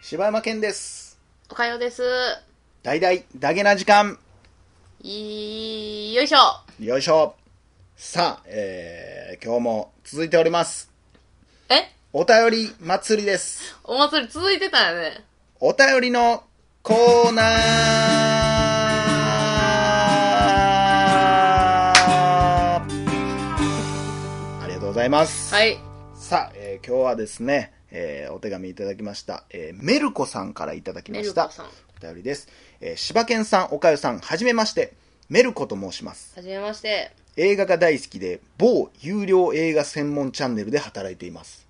柴山健です。おかようです。大々、ダゲな時間。いーよいしょよいしょ。さあ、えー、今日も続いております。えお便り祭りです。お祭り続いてたよね。お便りのコーナーありがとうございます。はい。さあ、えー今日はですね、えーお手紙いただきました、えーメルコさんからいただきましたメルコさんお便りです、えー、柴犬さんおかゆさんはじめましてメルコと申しますはじめまして。映画が大好きで某有料映画専門チャンネルで働いています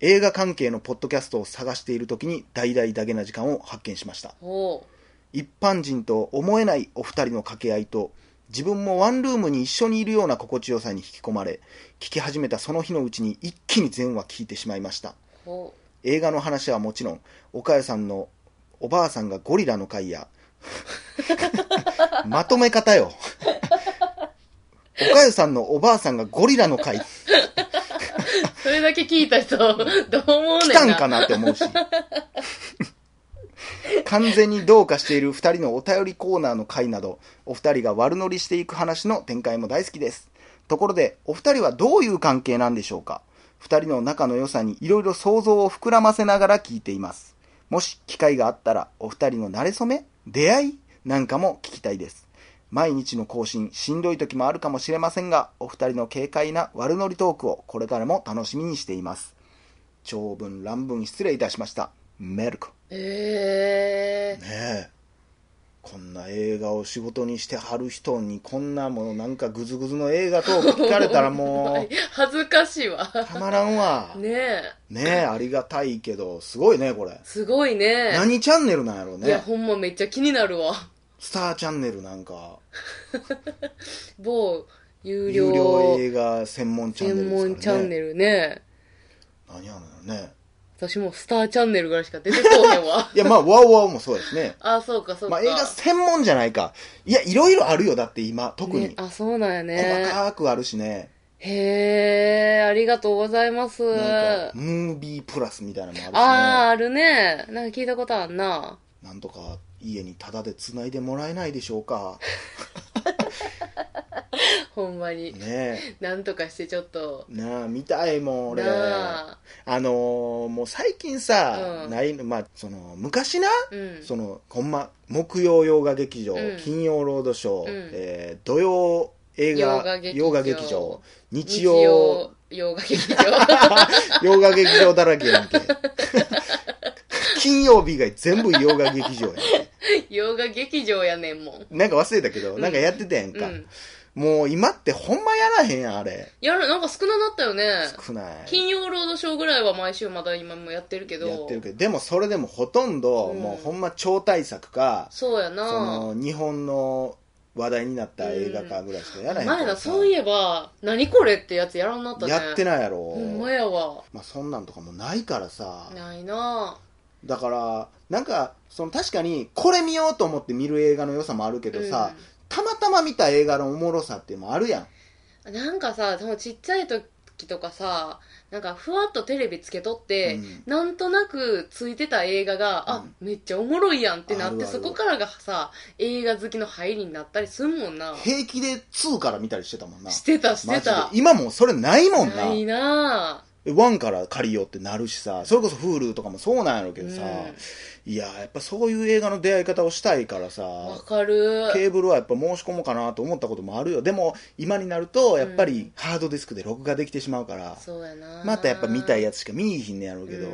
映画関係のポッドキャストを探している時に大々だけな時間を発見しましたおー。一般人と思えないお二人の掛け合いと自分もワンルームに一緒にいるような心地よさに引き込まれ聞き始めたその日のうちに一気に全話聞いてしまいましたお映画の話はもちろん岡谷さんのおばあさんがゴリラの会や まとめ方よ岡谷さんのおばあさんがゴリラの会ー。それだけ聞いた人、どう思うねん来たんかなって思うし完全にどうかしている2人のお便りコーナーの回などお二人が悪乗りしていく話の展開も大好きですところでお二人はどういう関係なんでしょうか2人の仲の良さにいろいろ想像を膨らませながら聞いていますもし機会があったらお二人の馴れ初め出会いなんかも聞きたいです毎日の更新しんどい時もあるかもしれませんがお二人の軽快な悪乗りトークをこれからも楽しみにしています長文乱文失礼いたしましたメルコえねえこんな映画を仕事にしてはる人にこんなものなんかグズグズの映画トーク聞かれたら もー。 恥ずかしいわ。うたまらんわねえ。ねえありがたいけどすごいねこれすごいね。何チャンネルなんやろういや、ねほんまめっちゃ気になるわ。スターチャンネルなんか某有有料料映画専門チャンネ専ルですから、ね、門チャンネルね。何やのよね私もスターチャンネルぐらいしか出てこうへんわ 。いやまあワウワウもそうですねあ、そうか、そうまか。あ映画専門じゃないかいやいろいろあるよだって今特に、ねあ、そうなんやね。細かくあるしねへえ、ありがとうございます。なんあか、ムービープラスみたいなのもあるしね。あー、あるね。なんか聞いたことあんな。なんとか家にタダで繋いでもらえないでしょうか。 ほんまに。ねなんとかしてちょっと。え。なあ、見たいもん、俺。あなあ。のーもう最近さ、うんないの、まあ、その、昔な、うん。その、ほんま、木曜洋画劇場、うん金曜ロードショー、うんえー土曜映洋画画、劇場洋画劇場、日日曜、曜洋画劇場。 洋画劇場だらけやんけ。 金曜日以外全部洋画劇場やんけ。洋画劇場やねんもん。なんか忘れたけど、んなんかやってたやんうか。ん。もう今ってほんまやらへんやん、あれ。やる、なんか少ななったよね。少ない。金曜ロードショーぐらいは毎週まだ今もやってるけど。やってるけど、でもそれでもほとんど、うんもうほんま超大作か、そうやな。その、日本の話題になった映画かぐらいしかやらへん前だ、そういええば、何これってやつやらんなったね。やってないやろ。ほんまやわ。まあそんなんとかもないからさ。ないなだから、なんか、その確かに、これ見ようと思って見る映画の良さもあるけどさ、うんたまたま見た映画のおもろさっていうのもあるやん。なんかさそのちっちゃい時とかさなんかふわっとテレビつけとって、うんなんとなくついてた映画が、うあんめっちゃおもろいやんってなっあるてあるそこからがさ映画好きの入りになったりすんもんな平気で2から見たりしてたもんな。してたしマてジでた今もうそれないもんな。ないな1から借りようってなるしさそれこそ Hulu とかもそうなんやろうけどさ、いややっぱそういう映画の出会い方をしたいからぁわさかるケーブルはやっぱ申し込もうかなと思ったこともあるよでも今になるとやっぱうりハードディスクで録画できてしまうから、そうやなまたやっぱ見たいややつしか見いひんねやろうけど、やっ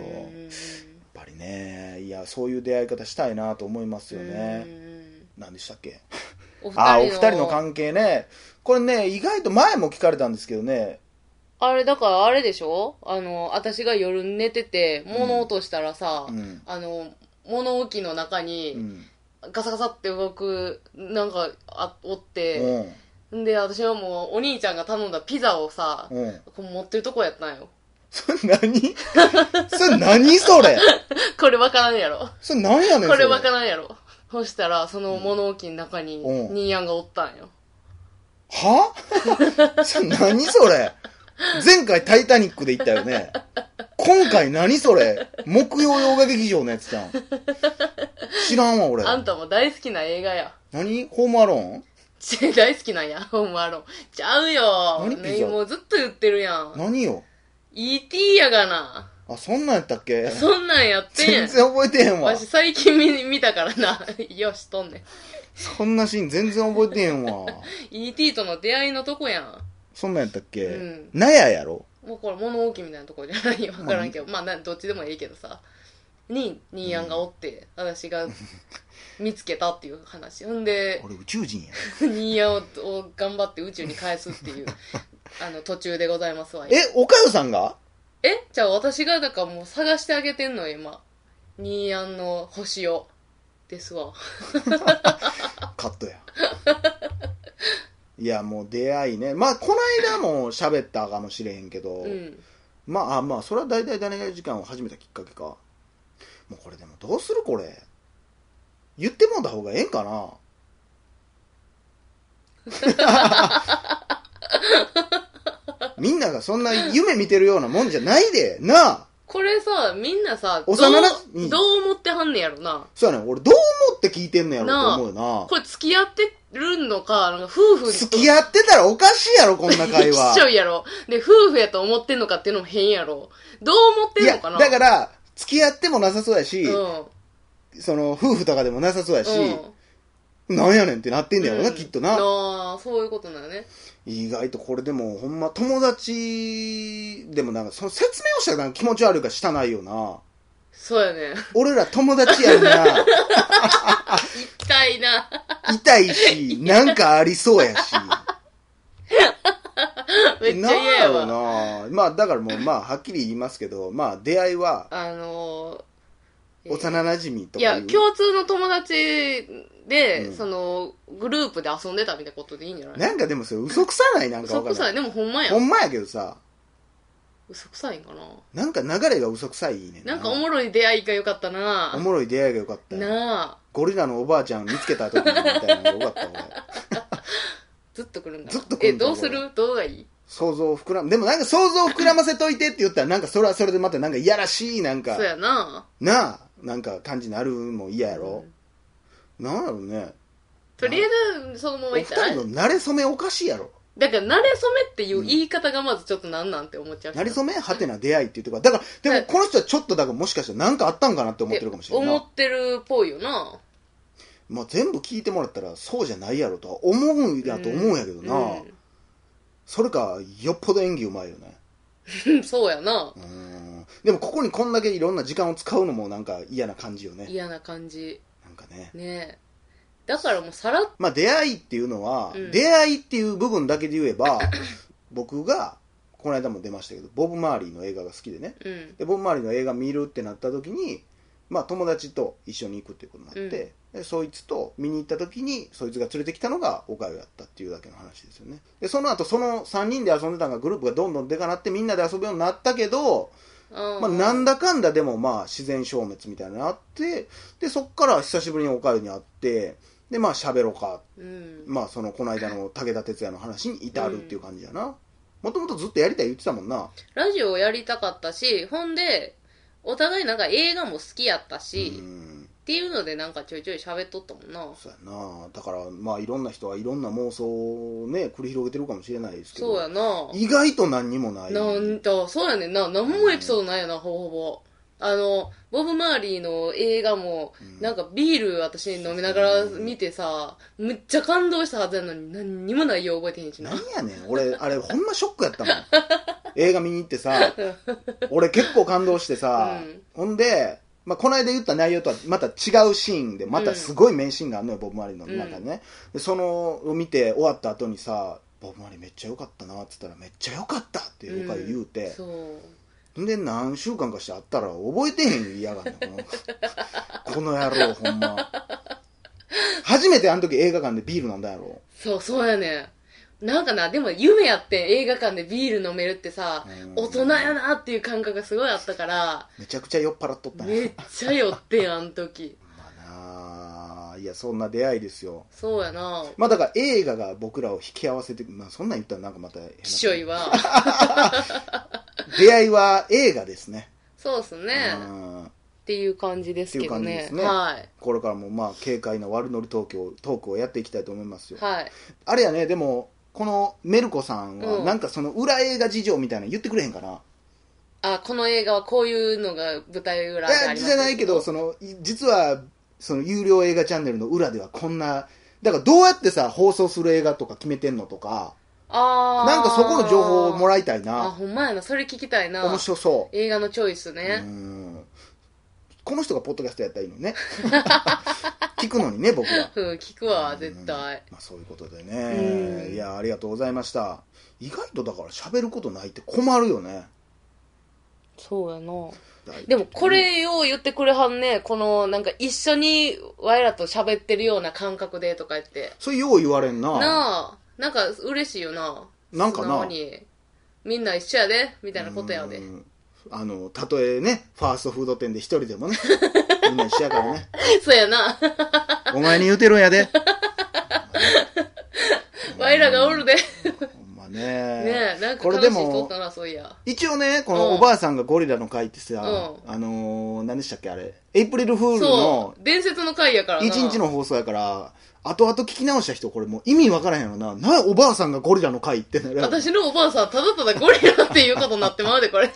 ぱりねいやそういう出会い方したいなと思いますよね、何でしたっけお二人のあーお二人の関係ねこれね意外と前も聞かれたんですけどねあれ、だからあれでしょあの、私が夜寝てて、物落としたらさ、うんあの、物置の中に、うん、ガサガサって動く、なんか、あ、おっうて、んんで、私はもう、お兄ちゃんが頼んだピザをさ、うんこう持ってるとこやったんよ。 それ何それ何それこれわからんやろ。それ何やねんそこれわからんやろ。そしたら、その物置の中に、うんニーヤンがおったんよ。はそれ何それ前回「タイタニック」で言ったよねこ今回何それ木曜洋画劇場のやつじゃん。知らんわ、俺。あんたも大好きな映画や。 何ホームアローンち大好きなんや、ホームアローン。ちゃうよ。何ピザねもうずっと言ってるやん。何よ ET やがな。あ、そんなんやったっけそんなんやって全ん。然覚えてへんわわ。し最近見見たからな。 よし、とんねん。そんなシーン全然覚えてへんわ。 ET との出会いのとこやん。そんなんやったっけ、うん納屋やろもうこれ物置みたいなところじゃないよ。わからんけど。まあな、どっちでもいいけどさ。に、ニーヤンがおって、私が見つけたっていう話。ほんで、俺宇宙人や。ニーヤンをを頑張って宇宙に返すっていう、 あの、途中でございますわ。え、おかよさんがえじゃあ私が、だからもう探してあげてんのよ、今。ニーヤンの星を。ですわ。カットや。 いや、もう出会いね。まあ、この間も喋ったかもしれへんけど、うん。まあ、あまあ、それは大体誰が時間を始めたきっかけか。もうこれでもどうするこれ。言ってもうた方がええんか なみんながそんな夢見てるようなもんじゃないで。なあこれさ、みんなさ、どう幼なうんどう思ってはんねやろな。そうやねん俺どう思って聞いてんのやろって思うよな。これ付き合ってるのか、なんか夫婦付き合ってたらおかしいやろ、こんな会話。 一緒やろ。で、夫婦やと思ってんのかっていうのも変やろ。どう思っていんや、のかなだから、付き合ってもなさそうやし、うん。その、夫婦とかでもなさそうやし、うんなんやねんってなってんだよな、うんきっとな。ああ、そういうことなのね。意外とこれでも、ほんま、友達でもなんか、その説明をしたらなんか気持ち悪いからしたないよな。そうやね。俺ら友達やんな、 痛いな。 痛いし、なんかありそうやし。めっちゃ嫌なやんわ。やろな。まあ、だからもう、まあ、はっきり言いますけど、まあ、出会いは、あのー、えー幼馴染といかや、いう。共通の友達で、うんその、グループで遊んでたみたいなことでいいんじゃないなんかでもそれ、嘘くさないなんか嘘わかくんなさい。い。でもほんまやほん。んまやけどさ、嘘くさいんかな。なんか流れが嘘くさいねんなんかおもろい出会いが良かったな。おもろい出会いが良かったよなあ。ゴリラのおばあちゃん見つけた時みたいなのが良かった俺ずっと来るんだ。ずっと来るんだえ、どうするどうがいい想像を膨らむでもなんか想像を膨らませといてって言ったらなんかそれはそれでまたなんかいやらしいなんかそうやな。なあなんか感じになるのも嫌やろ、なんやろねとりあえず、そのまおま二行ったら人。の慣れ初めおかしいやろだから、慣れ初めっていう言い方がまずちょっとなんなんて思っちゃうし慣れ初めはてな出会いっていうとこだからでもこの人はちょっとだからもしかしたら何かあったんかなって思ってるかもしれんない思ってるっぽいよな。まあ、全部聞いてもらったらそうじゃないやろとは思うんやと思うんやけどな、それかよっぽど演技うまいよねうんそうやなう。ーんでもここにこんだけいろんな時間を使うのもなんか嫌な感じよね嫌な感じ。なんかねねえ。だからもうさらっ、まあ出会いっていうのは、うん出会いっていう部分だけで言えば 僕がこの間も出ましたけどボブ・マーリーの映画が好きでねうん。でボブ・マーリーの映画見るってなった時にまあ友達と一緒に行くっていうことになって、でそいつと見に行った時にそいつが連れてきたのがおかゆやったっていうだけの話ですよねでその後その3人で遊んでたのがグループがどんどんでかなってみんなで遊ぶようになったけどまあ、なんだだかんだでもまあ自然消滅みたいなのあってでそっから久しぶりにおかゆに会ってでまあ喋ろうか、うん。まあ、そのこの間の武田鉄矢の話に至るっていう感じやなもともとずっとやりたい言ってたもんなラジオをやりたかったし、ほんで、お互いなんか映画も好きやったうし、っんていうのでなんかちょいちょい喋っとったもんな。そうやなだからまあいろんな人はいろんな妄想をね繰り広げてるかもしれないですけどそうやな。意外と何にもないなんと、そうやねんな。何もエピソードないよな、ほぼほぼ。あの、ボブ・マーリーの映画も、うんなんかビール私飲みながら見てさ、むっちゃ感動したはずやのに何にも内容覚えてへんしななん。やねん俺あれほんまショックやったもん映画見に行ってさ俺結構感動してさ、うんほんで、まあ、この間言った内容とはまた違うシーンでまたすごい名シーンがあるのよ、ボブ・マーリーの中でね、でそのを見て終わった後にさ「ボブ・マーリーめっちゃ良かったな」っつったら「めっちゃ良かった」って僕は言うて、そう。ほん、で何週間かして会ったら覚えてへん嫌がんねこの この野郎ほんま初めてあの時映画館でビール飲んだやろそう、そうやねん。なんかな、でも夢やってん映画館でビール飲めるってさうん、大人やなっていう感覚がすごいあったから、めちゃくちゃ酔っ払っとったんやめっちゃ酔ってん、あの時。まあなあいやそんな出会いですよそう やな。まあだから映画が僕らを引き合わせて、まあ、そんなん言ったらなんかまた変なきしょいわ。出会いは映画ですねそうですね。うんっていう感じですけどっていう感じでね。すねはい。これからもまあ軽快な悪ノリ東京トークをやっていきたいと思いますよ、はい。あれやねでもこのメルコさんはうんなんかその裏映画事情みたいなの言ってくれへんかな、あ、この映画はこういうのが舞台裏でありまえすじゃないけどそのい実はその有料映画チャンネルの裏ではこんなだからどうやってさ放送する映画とか決めてんのとかあーなんかそこの情報をもららいたいあ、なほんまやな。それ聞きたいな。面白そ映画のチョイスう,、うね。んこの人がポッドキャストやったらいい のにね聞くのにね僕はうん、聞くわ、絶対。まあ、そういうことでね、うんいやありがとうございました意外とだから喋ることないって困るよねそうやな。だいでも、これよう言ってくれはんね。この、なんか一緒に、我らと喋ってるような感覚でとか言って。それよう言われんななあ、なんか嬉しいよな。なんかな素直に。みんな一緒やで、みたいなことやでう。んあのたとえねファーストフード店で一人でもね みんな一緒やからね そうやな。お前に言うてるんや で我らがおるで。ほんまねねえ、なんかこれ楽でしいとっもたな、そういや。一応ねこのおばあさんがゴリラの会ってさ、うあのー何でしたっけあれエイプリルフールのそう、伝説の回やからな。一日の放送やから、後々聞き直した人、これもう意味わからへんやろな。な、おばあさんがゴリラの会ってなるやろ私のおばあさん、ただただゴリラっていうことになってまうで、これ。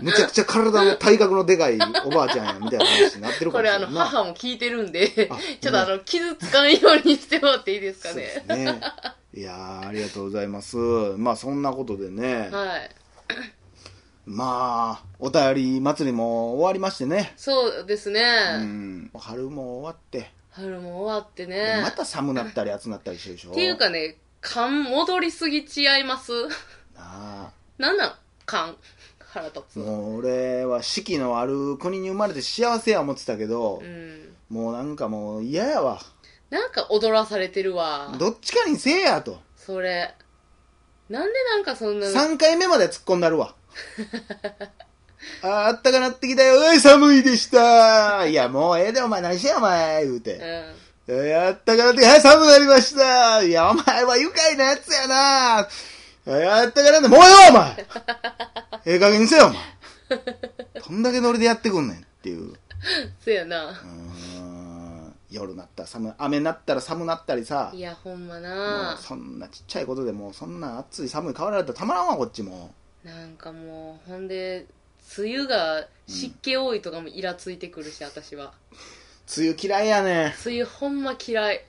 むちゃくちゃ体の体格のでかいおばあちゃんや、みたいな話になってるか こもしれれ、あなの、いな。母も聞いてるんで、 あちょっとあの、傷つかんようにしてもらっていいですかそうでねす。ね。いやー、ありがとうございます。まあ、そんなことでね、はい。まあ、お便り祭りも終わりましてね。そうですね。うん、春も終わって、春も終わってでね。また寒なったり暑なったりしてるでしょ。っていうかね、勘戻りすぎちゃいます。 なあなんなん勘。腹立つ。うもう俺は四季のある国に生まれて幸せや思ってたけど、ん。もうなんかもう嫌やわ。なんか踊らされてるわ。どっちかにせえやと。それ。なんでなんかそんな。 3回目までは突っ込んだるわ。 あーあったかなってきたよ。おい、寒いでした。いや、もうええで、お前何してんお前。言うて。うん。えーあったかなってきた。はい、寒くなりました。いや、お前は愉快なやつやな。えーあったかなって、もうよ、お前。 ええ加減にせよ、お前。どんだけノリでやってくんねんっていう。そやなう。ーん夜なったら寒い。雨なったら寒なったりさ。いや、ほんまもなう。そんなちっちゃいことでもうそんな暑い寒い変わられたらたまらんわこっちもなんかもう、ほんで、梅雨が湿気多いとかもイラついてくるし、私は。梅雨嫌いやね梅雨ほんま嫌い。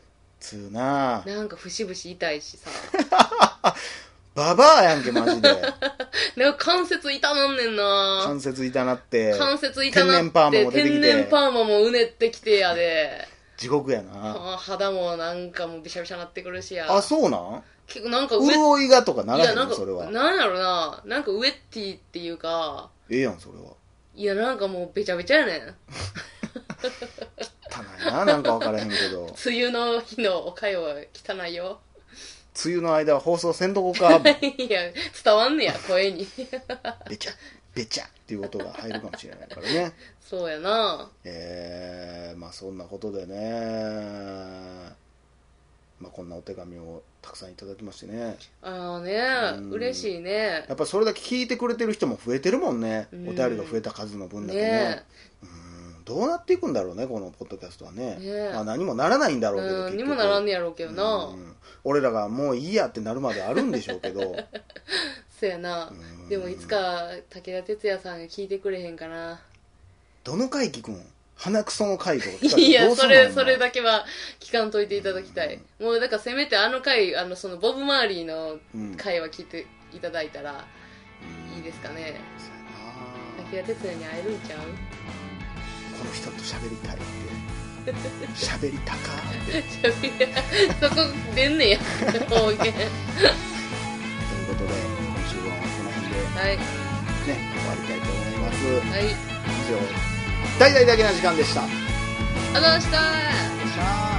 梅雨なあなんか節々痛いしさ。 ババアやんけマジでなんか関節痛なんねんな関節痛なって関節痛天な然パっーマても出てきて天然パーマもうねってきてやで。地獄やなあー肌もなんかもうびしゃびしゃなってくるしや。あそうなん結構なんかウェッ潤いがとかならいへやんなんのかそれはなんやろななんかウェッティっていうかええやんそれはいやなんかもうべちゃべちゃやねん汚いななんか分からへんけど梅雨の日のおかゆは汚いよ 梅雨の間は放送せんとこかいや伝わ んねや声にべちゃべちゃっていう音が入るかもしれないからねそうやなえー、まあそんなことでね、まあ、こんなお手紙をたくさんいただきましてねあのうねん嬉しいねやっぱそれだけ聞いてくれてる人も増えてるもんね、うんお便りが増えた数の分だけねねうんどうなっていくんだろうねこのポッドキャストはねねまあ、何もならないんだろうけど、うん結に局もならんねやろうけどなうん俺らがもういいやってなるまであるんでしょうけどそうやなうん でもいつか武田鉄矢さんが聞いてくれへんかなどの回聞くん鼻くその回とか聞かれ いてどやうすそんのれそれだけは聞かんといていただきたいもうだからせめてあの回あのそのボブ・マーリーのうん会話聞いていただいたらいいですかねそうやな武田鉄矢に会えるんちゃうこの人と喋りたいって喋りたかって そこ出んねや方言ということで今週はこの辺ではいね終わりたいと思いますはい以上大々だけな時間でしたあざしたよっしゃー